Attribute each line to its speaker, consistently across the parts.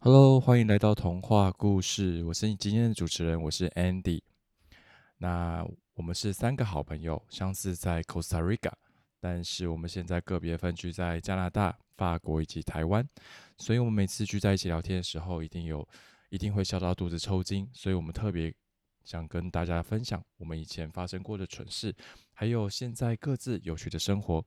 Speaker 1: Hello，欢迎来到童话故事，我是你今天的主持人，我是 Andy。那我们是三个好朋友，相似在 Costa Rica，但是我们现在个别分居在加拿大、法国以及台湾，所以我们每次聚在一起聊天的时候，一定有一定会笑到肚子抽筋，所以我们特别想跟大家分享我们以前发生过的蠢事，还有现在各自有趣的生活。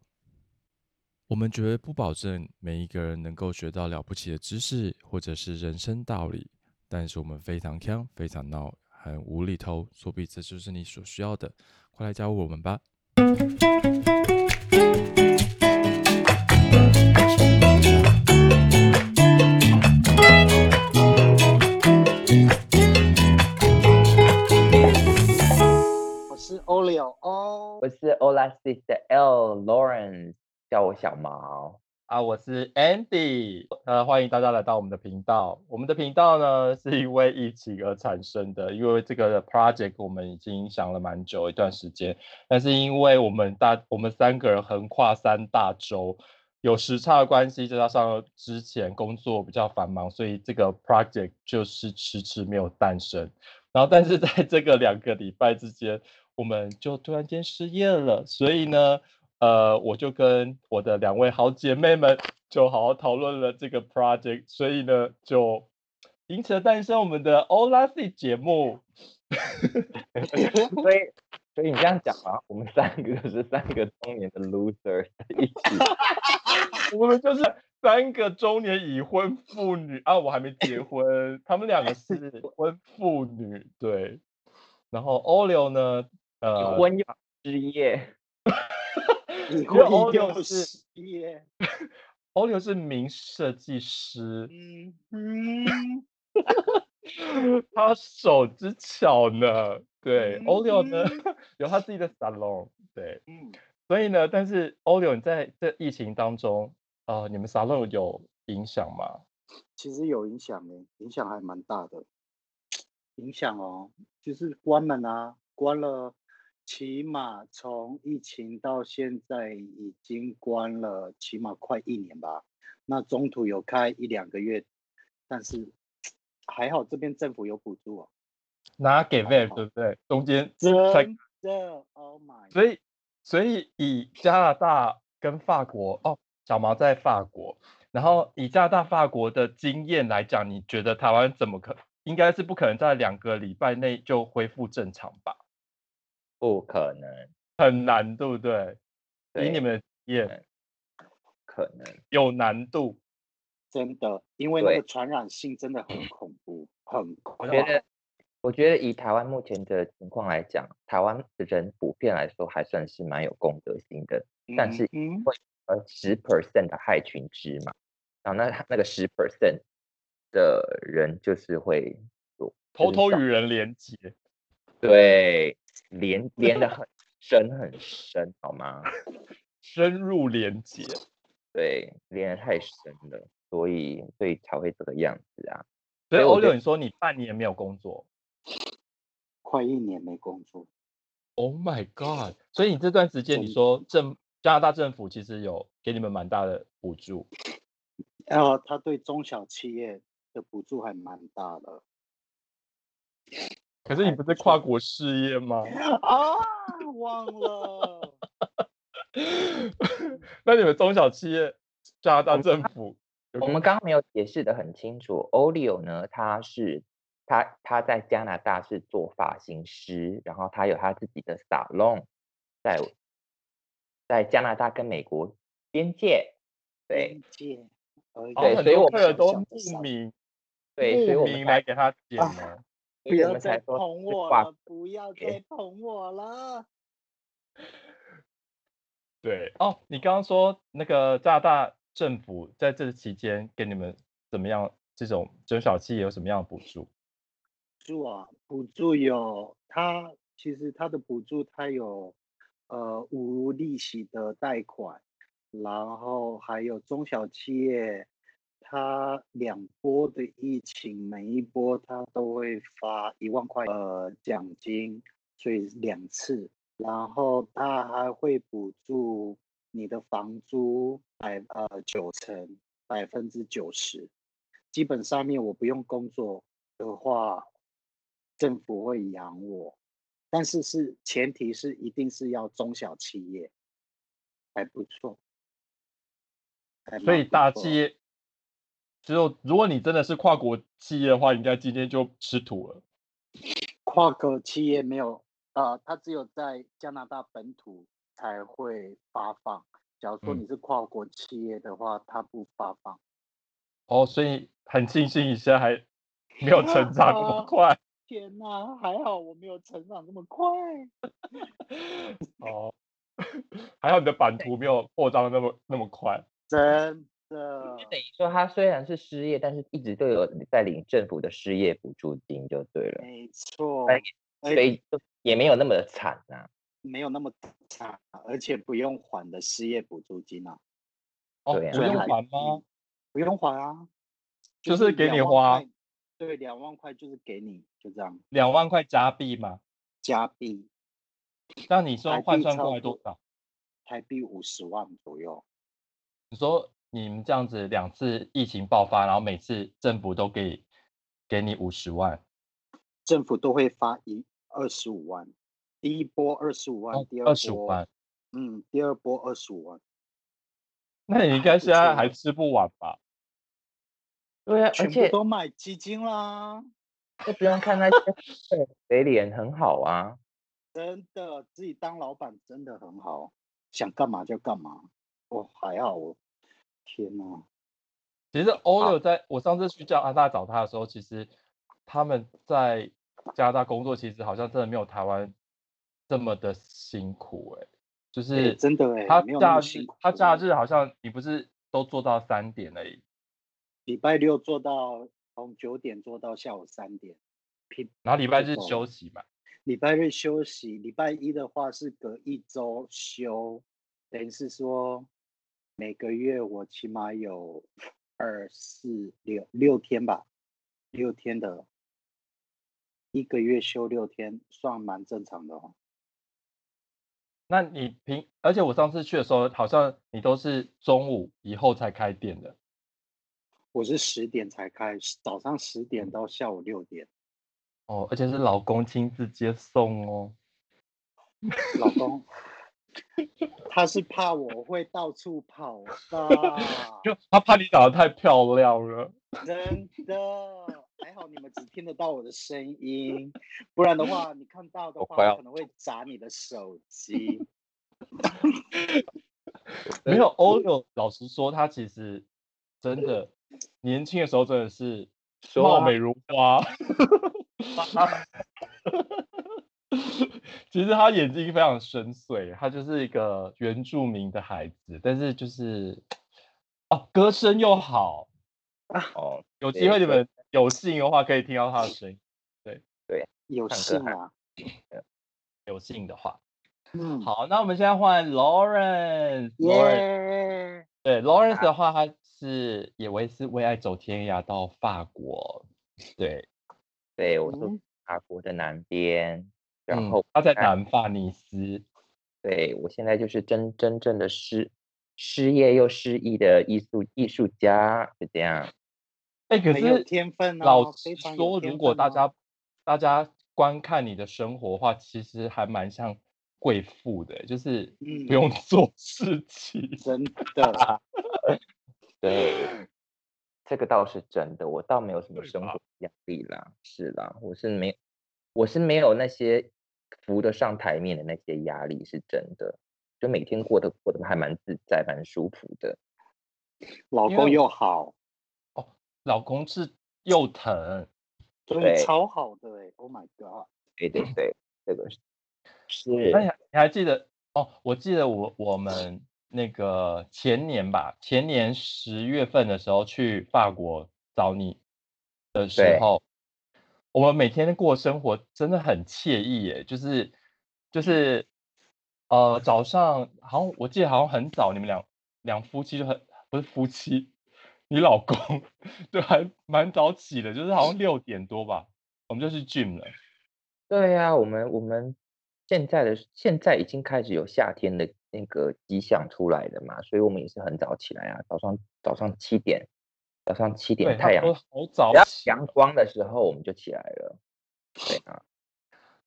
Speaker 1: 我们绝对不保证每一个人能够学到了不起的知识或者是人生道理，但是我们非常强，非常闹，很无厘头，说不定这就是你所需要的。快来加入我们吧！
Speaker 2: 我是 Olio 哦，
Speaker 3: 我是 Olasix 的 L Lawrence，叫我小毛。
Speaker 4: 啊，我是 Andy，呃，欢迎大家来到我们的频道。我们的频道呢，是因为疫情而产生的，因为这个 project 我们已经想了蛮久一段时间，但是因为我们大我们三个人横跨三大洲，有时差的关系，再加上之前工作比较繁忙，所以这个 project 就是迟迟没有诞生。然后，但是在这个两个礼拜之间，我们就突然间失业了，所以呢。呃，我就跟我的两位好姐妹们就好好讨论了这个 project，所以呢，就因此诞生我们的 o l a s i 节目。
Speaker 3: 所以，所以你这样讲嘛，我们三个就是三个中年的 loser 一起。
Speaker 4: 我们就是三个中年已婚妇女啊，我还没结婚，她们两个是已婚妇女，对。然后欧流呢，呃，
Speaker 3: 已婚又失业，
Speaker 2: 你
Speaker 4: 因为 Olio
Speaker 2: 又
Speaker 4: 是
Speaker 2: 失业，
Speaker 4: 欧流是名设计师，
Speaker 2: 嗯嗯，
Speaker 4: 他手之巧呢，对
Speaker 2: 嗯
Speaker 4: ，Olio 呢有他自己的 salon，对，
Speaker 2: 嗯
Speaker 4: 所以呢，但是 Olio 你在这疫情当中，呃，你们 salon 有影响吗？
Speaker 2: 其实有影响诶，影响还蛮大的。影响哦，就是关门啊，关了，起码从疫情到现在已经关了起码快一年吧。那中途有开一两个月，但是还好这边政府有补助哦。
Speaker 4: 拿给 v a
Speaker 2: 还好
Speaker 4: 对不对？中间
Speaker 2: 真
Speaker 4: 才，
Speaker 2: 的，Oh my！
Speaker 4: 所以所以以加拿大跟法国，哦，小毛在法国，然后以加拿大、法国的经验来讲，你觉得台湾怎么可应该是不可能在两个礼拜内就恢复正常吧？
Speaker 3: 不可能，
Speaker 4: 很难，对不对？以你
Speaker 3: 对
Speaker 4: 们的经验。
Speaker 3: 可能。
Speaker 4: 有难度。
Speaker 2: 真的，因为那
Speaker 3: 对
Speaker 2: 个传染性真的很恐怖，很
Speaker 3: 我
Speaker 2: 快。
Speaker 3: 觉得，我觉得以台湾目前的情况来讲，台湾的人普遍来说还算是蛮有公德心的，但是
Speaker 2: 嗯
Speaker 3: 会呃十 percent 的害群之马，啊，那那个十 percent 的人就是会做
Speaker 4: 偷偷
Speaker 3: 与。
Speaker 4: 与人连结，
Speaker 3: 对，连连 的很深很深，好吗？
Speaker 4: 深入连结。
Speaker 3: 对，连的太深了，所以所以才会这个样子啊。
Speaker 4: 所
Speaker 3: 所
Speaker 4: 以
Speaker 3: 以我觉
Speaker 4: 欧六，
Speaker 3: 得
Speaker 4: 你说你半年没有工作
Speaker 2: 快一年没工作，
Speaker 4: ，Oh my god！所以你这段时间，
Speaker 2: 真
Speaker 4: 你
Speaker 2: 的
Speaker 4: 说政加拿大政府其实有给你们蛮大的补助，
Speaker 2: 呃，他对中小企业的补助还蛮大 的。
Speaker 4: 可
Speaker 3: 哎
Speaker 4: 是你不是跨国事业吗？
Speaker 2: 啊，忘 了，
Speaker 4: 那你们中小企业，加拿大政府有
Speaker 3: 我们刚刚没有解释的很清楚，Olio 呢，他是他他在加拿大是做发型师，然后他有他自己的 salon，在在加拿大跟美国边界。对
Speaker 2: 边界而已，
Speaker 3: 对
Speaker 4: 然后很
Speaker 3: 所以
Speaker 4: 多
Speaker 3: 我
Speaker 4: 客人
Speaker 2: 们
Speaker 4: 都
Speaker 2: 想不
Speaker 4: 慕
Speaker 2: 少
Speaker 4: 名
Speaker 3: 对，所以
Speaker 4: 慕
Speaker 3: 我们
Speaker 4: 名来
Speaker 3: 才
Speaker 4: 给他剪
Speaker 2: 啊
Speaker 4: 吗？
Speaker 3: 所
Speaker 2: 不
Speaker 3: 以我
Speaker 2: 要
Speaker 3: 们
Speaker 2: 再
Speaker 3: 才说
Speaker 2: 捧
Speaker 3: 是
Speaker 2: 我
Speaker 3: 挂
Speaker 2: 了，不要
Speaker 3: 别
Speaker 2: 再捧我了。
Speaker 4: 对哦，你刚刚说那个加拿大政府在这期间给你们怎么样？这种中小企业有什么样的补助？
Speaker 2: 助啊，补助有它，其实它的补助它有呃无利息的贷款，然后还有中小企业，它两波的疫情，每一波它都会发一万块呃奖金，所以两次，然后它还会补助你的房租百呃九成百分之九十，基本上面我不用工作的话，政府会养我，但是是前提是一定是要中小企业，还不错。还
Speaker 4: 所以
Speaker 2: 蛮不
Speaker 4: 大
Speaker 2: 错
Speaker 4: 企业，只有如果你真的是跨国企业的话，你应该今天就吃土了。
Speaker 2: 跨国企业没有，呃，它只有在加拿大本土才会发放。假如说
Speaker 4: 嗯
Speaker 2: 你是跨国企业的话，它不发放。
Speaker 4: 哦，所以很庆幸你现在还没有成长那么快。
Speaker 2: 天哪、还好我没有成长这么快。
Speaker 4: 哦，还好你的版图没有扩张得那么那么快。
Speaker 2: 真的，
Speaker 3: 等于说他虽然是失业，但是一直都有在领政府的失业补助金就对了，
Speaker 2: 没错，
Speaker 3: 哎
Speaker 2: 而
Speaker 3: 所以就也没有那么的惨呐、
Speaker 2: 没有那么差，而且不用还的失业补助金啊，
Speaker 4: 哦，
Speaker 3: 对啊
Speaker 4: 不用
Speaker 2: 还
Speaker 4: 还吗？
Speaker 2: 不用还啊，
Speaker 4: 就是给你
Speaker 2: 2万
Speaker 4: 花
Speaker 2: 块，对，两万块就是给你，就这样
Speaker 4: 两万块加币嘛，
Speaker 2: 加币
Speaker 4: 那你说
Speaker 2: 台
Speaker 4: 换
Speaker 2: 币
Speaker 4: 算
Speaker 2: 超
Speaker 4: 过来多
Speaker 2: 过
Speaker 4: 少？
Speaker 2: 台币五十万左右。
Speaker 4: 你说你们这样子两次疫情爆发，然后每次政府都给给你五十万，
Speaker 2: 政府都会发一二十五万，第一波二十五万，第二波
Speaker 4: 哦二十五万，，
Speaker 2: 嗯，第二波二十五万，
Speaker 4: 那你应该现在
Speaker 2: 错
Speaker 4: 还吃不完吧？
Speaker 3: 对啊，而
Speaker 2: 全部
Speaker 3: 且
Speaker 2: 都买基金啦，
Speaker 3: 就不用看那 些嘴脸，很好啊。
Speaker 2: 真的，自己当老板真的很好，想干嘛就干嘛，我还好，我天哪，
Speaker 4: 其实欧
Speaker 3: 好
Speaker 4: 六在我上次去叫安娜找他的时候，其实他们在加拿大工作，其实好像真的没有台湾这么的辛苦哎、就
Speaker 2: 哎
Speaker 4: 是
Speaker 2: 真的哎
Speaker 4: 他
Speaker 2: 没有那
Speaker 4: 假
Speaker 2: 么
Speaker 4: 日
Speaker 2: 辛苦欸
Speaker 4: 他假日好像你不是都做到三点而已，
Speaker 2: 礼拜六做到从九点做到下午三点，平
Speaker 4: 然后礼拜日
Speaker 2: 懂
Speaker 4: 休息嘛，
Speaker 2: 礼拜日休息，礼拜一的话是隔一周休，等于是说每个月我起码有二四六六天吧，六天的，一个月休六天，算蛮正常的哦。
Speaker 4: 那你平，而且我上次去的时候，好像你都是中午以后才开店的，
Speaker 2: 我是十点才开，早上十点到下午六点，
Speaker 4: 哦，而且是老公亲自接送哦。
Speaker 2: 老公。他是怕我会到处跑 吧？
Speaker 4: 就他怕你长得太漂亮了，
Speaker 2: 真的，还好你们只听得到我的声音，不然的话，你看到的
Speaker 3: 我
Speaker 2: 话，
Speaker 3: 快要
Speaker 2: 我可能会砸你的手机。
Speaker 4: 没有欧六。老实说，他其实真的年轻的时候真的是貌美如花， 其实他眼睛非常深邃，他就是一个原住民的孩子，但是就是哦，歌声又好，
Speaker 3: 哦，
Speaker 4: 有
Speaker 3: 对
Speaker 4: 机会你
Speaker 3: 对
Speaker 4: 们有幸的话，可以听到他的声音。
Speaker 2: 有
Speaker 3: 看
Speaker 2: 事
Speaker 3: 看
Speaker 2: 啊，
Speaker 4: 有幸的话，
Speaker 2: 嗯，，
Speaker 4: 好，那我们现在换 Lawrence。Lawrence
Speaker 2: 耶，
Speaker 4: 对
Speaker 2: 啊
Speaker 4: Lawrence 的话，他是也为是为爱走天涯到法国。对，
Speaker 3: 对，我住
Speaker 2: 嗯
Speaker 3: 法国的南边，然
Speaker 4: 嗯
Speaker 3: 后
Speaker 4: 他在
Speaker 3: 哎
Speaker 4: 南法尼斯。
Speaker 3: 对我现在就是真真正的失失业又失意的艺术艺术家，就这样。
Speaker 4: 哎，可
Speaker 2: 很有
Speaker 4: 是
Speaker 2: 天分啊，
Speaker 4: 老实
Speaker 2: 非常有
Speaker 4: 说，
Speaker 2: 天
Speaker 4: 如果
Speaker 2: 分
Speaker 4: 大
Speaker 2: 啊
Speaker 4: 家大家观看你的生活的话，其实还蛮像贵妇的，就是
Speaker 2: 嗯
Speaker 4: 不用 做事情。
Speaker 2: 真
Speaker 4: 啊
Speaker 2: 的
Speaker 3: 对，这个倒是真的，我倒没有什么
Speaker 4: 对
Speaker 3: 生
Speaker 4: 吧
Speaker 3: 活压力啦，是啦，我是没，我是没有那些浮得上台面的那些压力，是真的，就每天过得过得还蛮自在，蛮舒服的。
Speaker 2: 老
Speaker 4: 因为我
Speaker 2: 公又好，
Speaker 4: 老公是又疼，
Speaker 2: 真
Speaker 3: 对
Speaker 2: 的超好的哎，Oh my god，
Speaker 3: 对对对，这个是
Speaker 4: 那你
Speaker 3: 是
Speaker 4: 还你还记得哦？我记得我我们那个前年吧，前年十月份的时候去法国找你的时
Speaker 3: 对
Speaker 4: 候，我们每天过生活真的很惬意耶，就是就是呃早上好像我记得好像很早，你们两两夫妻就很不是夫妻，你老公对还蛮早起的，就是好像六点多吧，我们就去 gym 了。
Speaker 3: 对呀、我们我们现在的现在已经开始有夏天的那个迹象出来了嘛，所以我们也是很早起来啊，早上早上七点早上七
Speaker 4: 对，
Speaker 3: 点太阳
Speaker 4: 他们好早
Speaker 3: 只要
Speaker 4: 起
Speaker 3: 阳光的时候我们就起来了。对啊，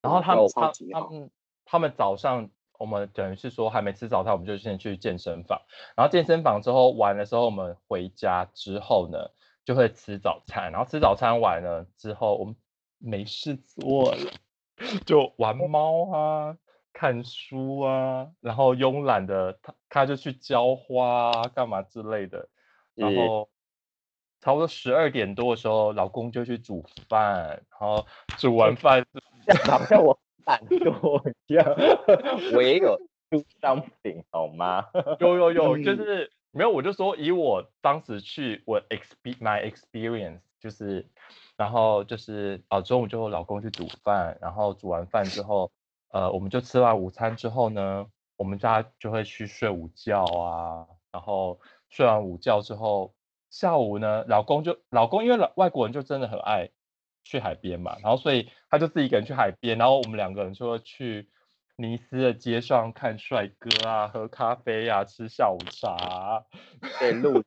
Speaker 4: 然后他们
Speaker 2: 超
Speaker 4: 他
Speaker 2: 级
Speaker 4: 他
Speaker 2: 好
Speaker 4: 们他们早上，我们等于是说还没吃早餐，我们就先去健身房。然后健身房之后完了之后，我们回家之后呢，就会吃早餐。然后吃早餐完了之后，我们没事做了， 就玩猫啊。看书啊，然后慵懒的他，他就去浇花啊，干嘛之类的。然
Speaker 3: 是
Speaker 4: 后差不多十二点多的时候，老公就去煮饭，然后煮完饭
Speaker 3: 好像我懒惰一样，我也 有 do something 好吗？
Speaker 4: 有有有，就
Speaker 2: 嗯
Speaker 4: 是没有，我就说以我当时去我 exp my experience 就是，然后就是啊中午就我老公去煮饭，然后煮完饭之后，呃我们就吃完午餐之后呢，我们家就会去睡午觉啊，然后睡完午觉之后，下午呢老公就老公因为老外国人就真的很爱去海边嘛，然后所以他就自己一个人去海边，然后我们两个人就会去尼斯的街上看帅哥啊，喝咖啡啊，吃下午茶啊、
Speaker 3: 对路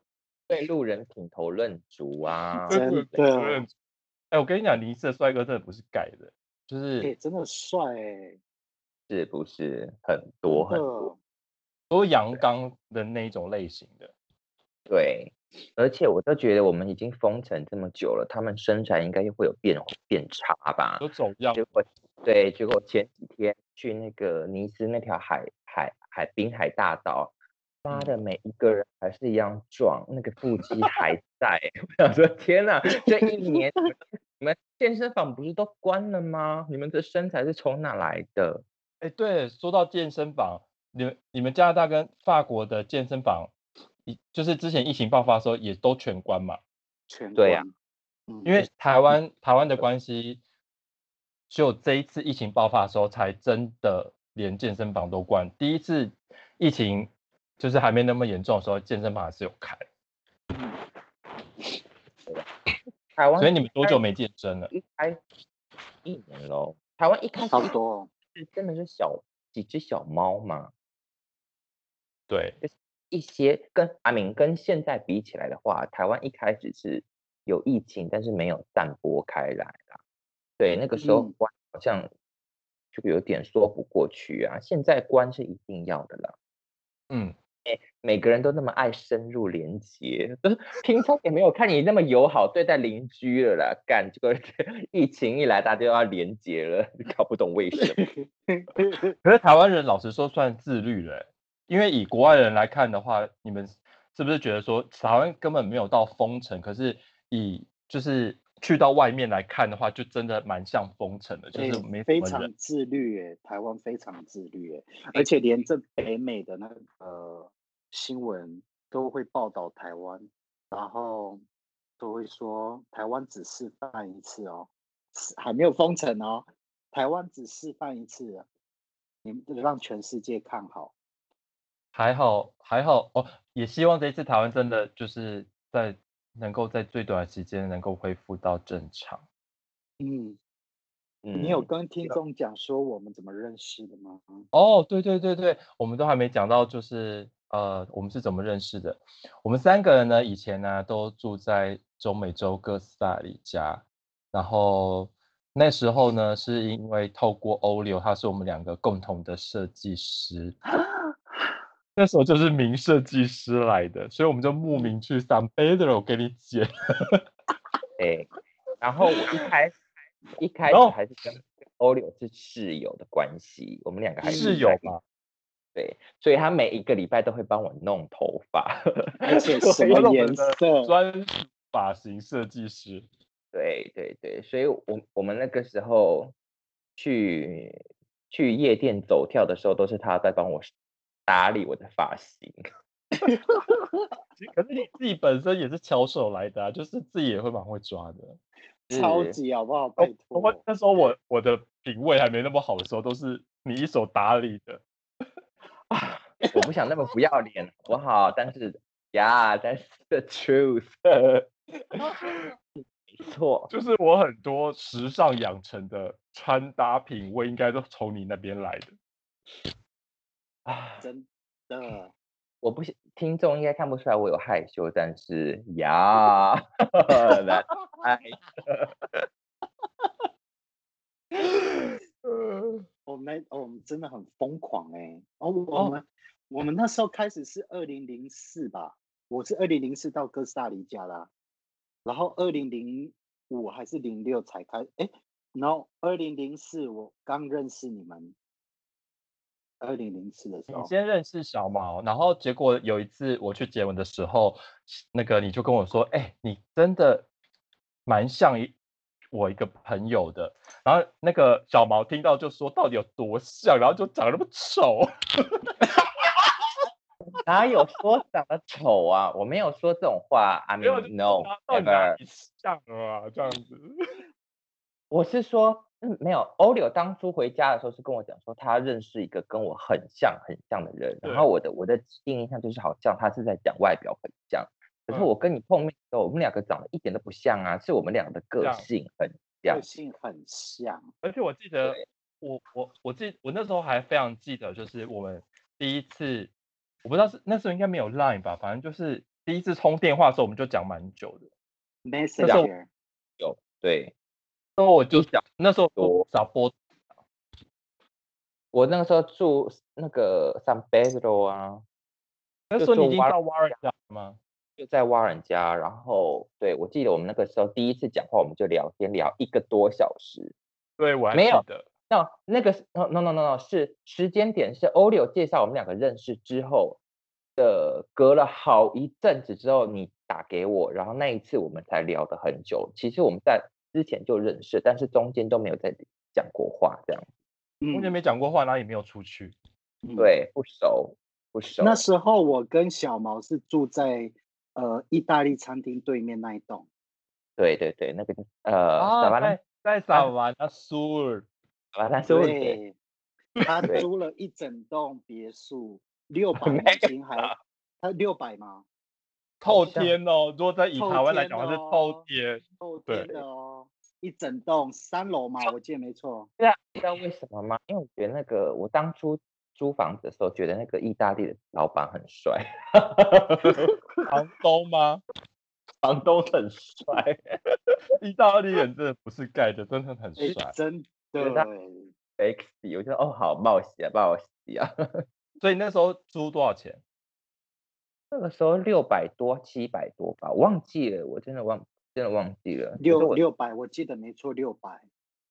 Speaker 3: 对路人品头论足啊，
Speaker 2: 真
Speaker 4: 对
Speaker 2: 的
Speaker 4: 对对哎，我跟你讲，尼斯的帅哥真的不是盖的，就
Speaker 2: 哎、
Speaker 4: 是
Speaker 2: 真的帅哎、
Speaker 3: 是不是很多很
Speaker 4: 嗯
Speaker 2: 真
Speaker 3: 多？
Speaker 2: 的
Speaker 4: 都阳刚的那一种类型的。
Speaker 3: 对，而且我都觉得我们已经封城这么久了，他们身材应该又会有变变差吧？
Speaker 4: 有走样
Speaker 3: 结果对，结果前几天去那个尼斯那条海海海滨海大道，妈的，
Speaker 2: 嗯
Speaker 3: 每一个人还是一样壮，那个腹肌还在。 我想说，天哪，这一年 你们你们健身房不是都关了吗？你们这身材是从哪来的？
Speaker 4: 哎，对，说到健身房，你们你们加拿大跟法国的健身房，一就是之前疫情爆发的时候也都全关嘛，
Speaker 2: 全
Speaker 3: 对啊
Speaker 2: 关嗯
Speaker 4: 因为台湾台湾的关系，就这一次疫情爆发的时候，才真的连健身房都关。第一次疫情就是还没那么严重的时候，健身房还是有开。
Speaker 2: 嗯
Speaker 3: 台湾
Speaker 4: 所以你们多久
Speaker 3: 开
Speaker 4: 没健身了？
Speaker 3: 一开一年喽？台湾一开始
Speaker 2: 差
Speaker 3: 一
Speaker 2: 不 多，
Speaker 3: 是真的是小几只小猫嘛，
Speaker 4: 对，
Speaker 3: 一些跟阿明跟现在比起来的话，台湾一开始是有疫情，但是没有散播开来啦。对，那个时候
Speaker 2: 嗯
Speaker 3: 关好像就有点说不过去啊。现在关是一定要的啦，
Speaker 4: 嗯，
Speaker 3: 每个人都那么爱深入连结， 就是平常也没有看你那么友好对待邻居了啦。干，结果 疫情一来，大家又要连结了，搞不懂为什么。
Speaker 4: 可是台湾人老实说算自律了欸、因为以国外人来看的话，你们是不是觉得说台湾根本没有到封城？可是以就是去到外面来看的话，就真的蛮像封城的，就
Speaker 2: 哎
Speaker 4: 是没什
Speaker 2: 非
Speaker 4: 么人。
Speaker 2: 常自律耶，台湾非常自律耶，而且连这北美的那个、呃、新闻都会报道台湾，然后都会说台湾只示范一次哦，是还没有封城哦，台湾只示范一次，啊你们让全世界看好，
Speaker 4: 还好还好哦，也希望这一次台湾真的就是在能够在最短的时间能够恢复到正常。
Speaker 2: 嗯，
Speaker 3: 嗯
Speaker 2: 你有跟听众讲说我们怎么认识的吗？
Speaker 4: 哦，对对对对，我们都还没讲到，就是呃，我们是怎么认识的？我们三个人呢，以前呢都住在中美洲哥斯达黎加，然后那时候呢，是因为透过欧流，他是我们两个共同的设计师， 那时候就是名设计师来的，所以我们就慕名去 San Pedro 给你剪。
Speaker 3: 对，哎然后我一开始一开
Speaker 4: 然
Speaker 3: 始
Speaker 4: 后
Speaker 3: 还是跟欧柳是室友的关系，我们两个还
Speaker 4: 室
Speaker 3: 是
Speaker 4: 友
Speaker 3: 在一
Speaker 4: 嘛，
Speaker 3: 对，所以他每一个礼拜都会帮我弄头发，
Speaker 2: 而且什
Speaker 4: 我
Speaker 2: 么
Speaker 4: 们
Speaker 2: 颜
Speaker 4: 的
Speaker 2: 色？
Speaker 4: 专属发型设计师。
Speaker 3: 对对对，所以我我们那个时候去去夜店走跳的时候，都是他在帮我打理我的发型，
Speaker 4: 可是
Speaker 3: 哦
Speaker 4: 你自己本身也是巧手来的、啊，就是自己也会蛮会抓的。
Speaker 2: 超
Speaker 3: 是
Speaker 2: 级好不好？拜
Speaker 4: 哦我会
Speaker 2: 托，
Speaker 4: 那时候我我的品味还没那么好的时候，都是你一手打理的。
Speaker 3: 我不想那么不要脸，好不好？但是呀但是 the truth，没错。
Speaker 4: 就是我很多时尚养成的穿搭品味，应该都从你那边来的。
Speaker 3: 啊
Speaker 2: 真的。
Speaker 3: 我不是听众应该看不出来我有害羞，但 是呀，来哎，
Speaker 2: 我们哦我们真的很疯狂哎、哦，我们、我们那时候开始是二零零四吧，我是二零零四到哥斯达黎加啦，然后二零零五还是零六才开，哎、然后二零零四我刚认识你们，二零零四的时
Speaker 3: 哦
Speaker 4: 你
Speaker 2: 候，
Speaker 4: 先认识小毛，然后结果有一次我去接吻的时候，那个你就跟我说：“哎、你真的蛮像一我一个朋友的。”然后那个小毛听到就说：“到底有多像？”然后就长得那么丑。
Speaker 3: 哪有说长得丑啊？我没有说这种话，I
Speaker 4: 没有就
Speaker 3: mean 嗯 no
Speaker 4: 然后到底哪
Speaker 3: never。
Speaker 4: 里像啊？这 样子，
Speaker 3: 我是说，嗯，没有。欧柳当初回家的时候是跟我讲说，他认识一个跟我很像很像的人，
Speaker 4: 对
Speaker 3: 然后我的我的既定印象就是好像他是在讲外表很像，可是
Speaker 4: 嗯
Speaker 3: 我跟你碰面的时候，我们两个长得一点都不像啊，是我们两个的个
Speaker 4: 像
Speaker 3: 性很像
Speaker 2: 个。性很像，
Speaker 4: 而且我记得我我我记我那时候还非常记得，就是我们第一次，我不知道是那时候应该没有 Line 吧，反正就是第一次通电话的时候，我们就讲蛮久的。候
Speaker 2: messenger
Speaker 3: 对
Speaker 4: 那时候我就想，那时候我
Speaker 3: 多
Speaker 4: 找波，
Speaker 3: 我那个时候住那个 San Pedro 啊，
Speaker 4: 那
Speaker 3: 就
Speaker 4: 时候你
Speaker 3: 做
Speaker 4: 已经
Speaker 3: 蛙
Speaker 4: 到 w a r r 了吗？
Speaker 3: 就在蛙人家，然后对我记得我们那个时候第一次讲话，我们就聊天聊一个多小时。
Speaker 4: 对，我还
Speaker 3: 没
Speaker 4: 记
Speaker 3: 有
Speaker 4: 得。
Speaker 3: 那那个是 no no no no no 是时间点是欧 o 介绍我们两个认识之后的，隔了好一阵子之后你打给我，然后那一次我们才聊得很久。其实我们在之前就认识，但是中间都没有再讲过话，这样
Speaker 4: 中
Speaker 2: 嗯，
Speaker 4: 间没讲过话，然后也没有出去。
Speaker 2: 嗯。
Speaker 3: 对不熟不熟。
Speaker 2: 那时候我跟小毛是住在呃意大利餐厅对面那一栋，
Speaker 3: 对对对，那个就呃，
Speaker 2: 哦
Speaker 3: 萨瓦拉
Speaker 4: 在在撒完那啊苏尔，
Speaker 3: 萨瓦拉苏里
Speaker 2: 对，他
Speaker 3: 对
Speaker 2: 租了一整栋别墅，六百
Speaker 3: 没
Speaker 2: 美金还他六百吗？
Speaker 4: 透
Speaker 3: 像
Speaker 4: 天哦。如果在以
Speaker 2: 透
Speaker 4: 台湾来
Speaker 2: 天
Speaker 4: 讲，它是
Speaker 2: 哦
Speaker 4: 透天。
Speaker 2: 后
Speaker 4: 对
Speaker 2: 天的哦，一整栋三楼嘛，我记得没错。
Speaker 3: 知道为什么吗？因为我觉得那个我当初租房子的时候，觉得那个意大利的老板很帅，
Speaker 4: 房东吗？
Speaker 3: 房东很帅，
Speaker 4: 意大利人真的不是盖的，真的很
Speaker 2: 哎
Speaker 3: 啊
Speaker 4: 帅，。
Speaker 2: 真的
Speaker 3: 觉得他
Speaker 2: 哎，
Speaker 3: X，我觉得哦好冒险啊，冒险啊！
Speaker 4: 所以那时候租多少钱？
Speaker 3: 那个时候六百多、七百多吧，我忘记了，我真的忘，真的忘记了。可是
Speaker 2: 六
Speaker 3: 我
Speaker 2: 六百，我记得没错，六百。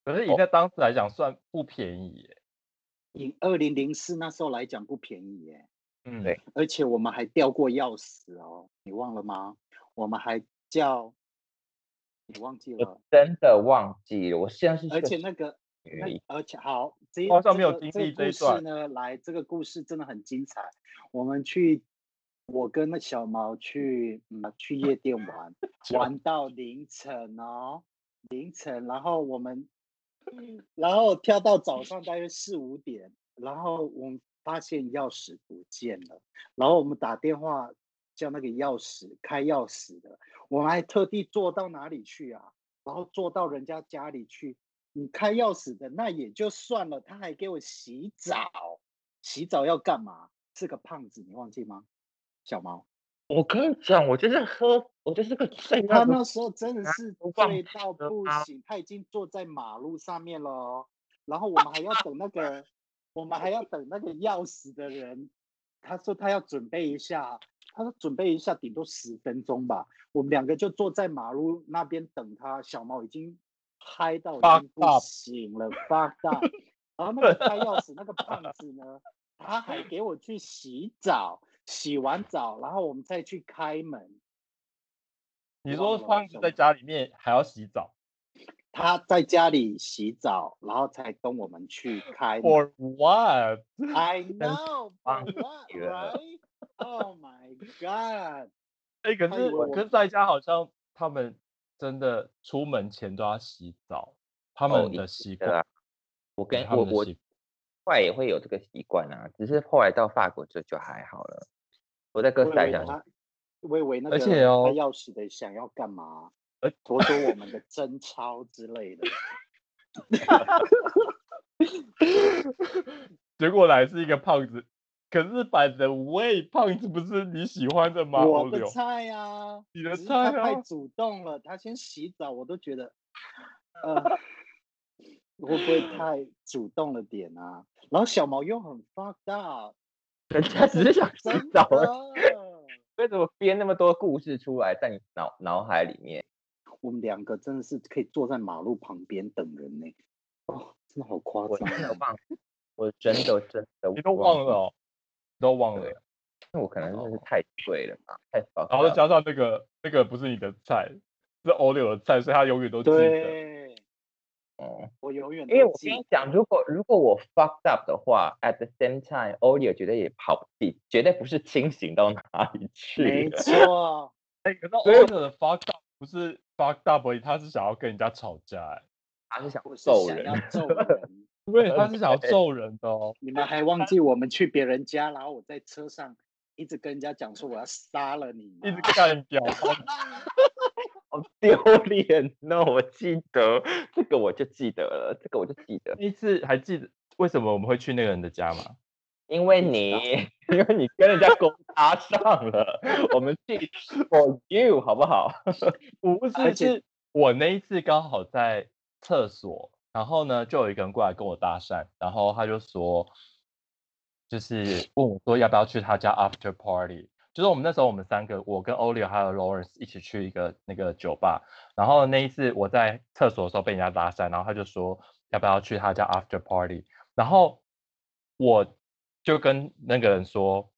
Speaker 4: 可是以
Speaker 3: 哦
Speaker 4: 在当时来讲算不便宜耶。
Speaker 2: 以二零零四那时候来讲不便宜耶，
Speaker 4: 嗯，
Speaker 3: 对
Speaker 2: 而且我们还掉过钥匙哦，你忘了吗？我们还叫你忘记
Speaker 3: 呃
Speaker 2: 了。
Speaker 3: 真的忘记了，我现在是
Speaker 2: 而
Speaker 3: 个
Speaker 2: 且那个，那
Speaker 3: 女
Speaker 2: 而且好，这
Speaker 4: 我好像没有
Speaker 2: 这
Speaker 4: 经
Speaker 2: 个
Speaker 4: 历
Speaker 2: 这
Speaker 4: 这
Speaker 2: 个
Speaker 4: 一
Speaker 2: 故事
Speaker 4: 段
Speaker 2: 呢。来，这个故事真的很精彩。我们去，我跟那小毛去，嗯，去夜店 玩，玩到凌晨哦，凌晨，然后我们，然后跳到早上大约四五点，然后我们发现钥匙不见了，然后我们打电话叫那个钥匙开钥匙的，我们还特地坐到哪里去啊？然后坐到人家家里去，你开钥匙的那也就算了，他还给我洗澡，洗澡要干嘛？是个胖子，你忘记吗？小毛，
Speaker 3: 我跟你讲，我就是喝，我就是个醉
Speaker 2: 他
Speaker 3: 到不
Speaker 2: 那时候真的是
Speaker 3: 不忘
Speaker 2: 醉到
Speaker 3: 了
Speaker 2: 不
Speaker 3: 吗
Speaker 2: 行，他已经坐在马路上面了哦，然后我们还要等那个，我们还要等那个钥匙的人，他说他要准备一下，他说准备一下，顶多十分钟吧。我们两个就坐在马路那边等他。小毛已经嗨到已
Speaker 4: Fucked
Speaker 2: 经不
Speaker 4: up
Speaker 2: 行了，发大。然后那个开钥匙那个胖子呢，他还给我去洗澡，洗完澡然后我们再去开门。
Speaker 4: 你
Speaker 2: 忘
Speaker 4: 说
Speaker 2: 了
Speaker 4: 胖子
Speaker 2: 什
Speaker 4: 在
Speaker 2: 么
Speaker 4: 家里面还要洗澡，
Speaker 2: 他在家里洗澡，然后才跟我们 去开门。
Speaker 4: For what？
Speaker 2: I know,
Speaker 3: 忘
Speaker 2: but what,
Speaker 3: 记了
Speaker 2: right? Oh my god！
Speaker 4: 哎、可
Speaker 2: 他以
Speaker 4: 是
Speaker 2: 为
Speaker 4: 我
Speaker 2: 我
Speaker 4: 跟在家好像他们真的出门前都要洗澡，他
Speaker 3: 哦
Speaker 4: 们
Speaker 3: 一
Speaker 4: 的
Speaker 3: 定
Speaker 4: 习
Speaker 3: 的
Speaker 4: 惯、
Speaker 3: 啊我
Speaker 4: 对
Speaker 3: 跟
Speaker 4: 他
Speaker 3: 我
Speaker 4: 们的
Speaker 3: 我
Speaker 4: 习
Speaker 3: 后来也会有这个习惯啊，只是后来到法国就就还好了。我在哥
Speaker 2: 我
Speaker 3: 斯
Speaker 2: 以为
Speaker 3: 达黎加
Speaker 2: 他，我以为那个
Speaker 4: 而且
Speaker 2: 开
Speaker 4: 哦
Speaker 2: 钥匙的想要干嘛
Speaker 4: 而？
Speaker 2: 夺走我们的贞操之类 的。
Speaker 4: 结果来是一个胖子可是板的味胖子不是你喜欢的吗？
Speaker 2: 我
Speaker 4: 欧
Speaker 2: 的
Speaker 4: 柳，
Speaker 2: 菜啊，
Speaker 4: 你的
Speaker 2: 只是
Speaker 4: 菜
Speaker 2: 他
Speaker 4: 啊
Speaker 2: 太，主动了，他先洗澡，我都觉得，呃，会不会太主动了点啊？然后小毛又很 fucked up，
Speaker 3: 人家只是想洗
Speaker 2: 真
Speaker 3: 澡
Speaker 2: 的，
Speaker 3: 而已，为什么编那么多故事出来在你脑脑海里面？
Speaker 2: 我们两个真的是可以坐在马路旁边等人呢、哦，真的好夸
Speaker 3: 我
Speaker 2: 张
Speaker 3: 真的
Speaker 2: 啊、
Speaker 3: 忘，我真的真的
Speaker 4: 你都忘了、
Speaker 3: 了，
Speaker 4: 哦，你都忘了
Speaker 3: 对。因为我可能真的是太醉了嘛，太搞
Speaker 4: 然后
Speaker 2: 啊
Speaker 4: 再加上那个那个不是你的菜，是欧柳的菜，所以他永远都记得。
Speaker 2: 对，
Speaker 3: 哦。
Speaker 2: 我永远
Speaker 3: 因为
Speaker 2: 都
Speaker 3: 我
Speaker 2: 记
Speaker 3: 跟你讲，如果如果我 fucked up 的话，at the same time，欧丽绝对也跑不掉，绝对不是清醒到哪里去
Speaker 2: 没
Speaker 3: 的。
Speaker 2: 错，
Speaker 4: 哎、可是
Speaker 3: 所以
Speaker 4: 欧柳的 fuck up 不是 fuck up 而已，他是想要跟人家吵架、哎，
Speaker 3: 他是想
Speaker 2: 我是
Speaker 3: 揍
Speaker 2: 想
Speaker 3: 人，
Speaker 2: 要 揍人。
Speaker 4: 对，他是 想要揍人的哦。
Speaker 2: 你们还忘记我们去别人家，然后我在车上一直跟人家讲说我要杀了你吗，
Speaker 4: 一直干掉，
Speaker 3: 好丢脸。那我记得这个，我就记得了，这个我就记得，
Speaker 4: 那一次还记得为什么我们会去那个人的家吗？
Speaker 3: 因为
Speaker 2: 知
Speaker 3: 你
Speaker 2: 道，
Speaker 3: 因为你跟人家勾搭上了，我们去 for you 好不好？
Speaker 4: 我不
Speaker 2: 而
Speaker 4: 是，
Speaker 2: 且
Speaker 4: 是我那一次刚好在厕所，然后呢，就有一个人过来跟我搭讪，然后他就说，就是问我说要不要去他家 after party。就是我们那时候我们三个，我跟 Olio 还有 Lawrence 一起去一个那个酒吧，然后那一次我在厕所的时候被人家搭讪，然后他就说要不要去他家 after party，然后我就跟那个人说，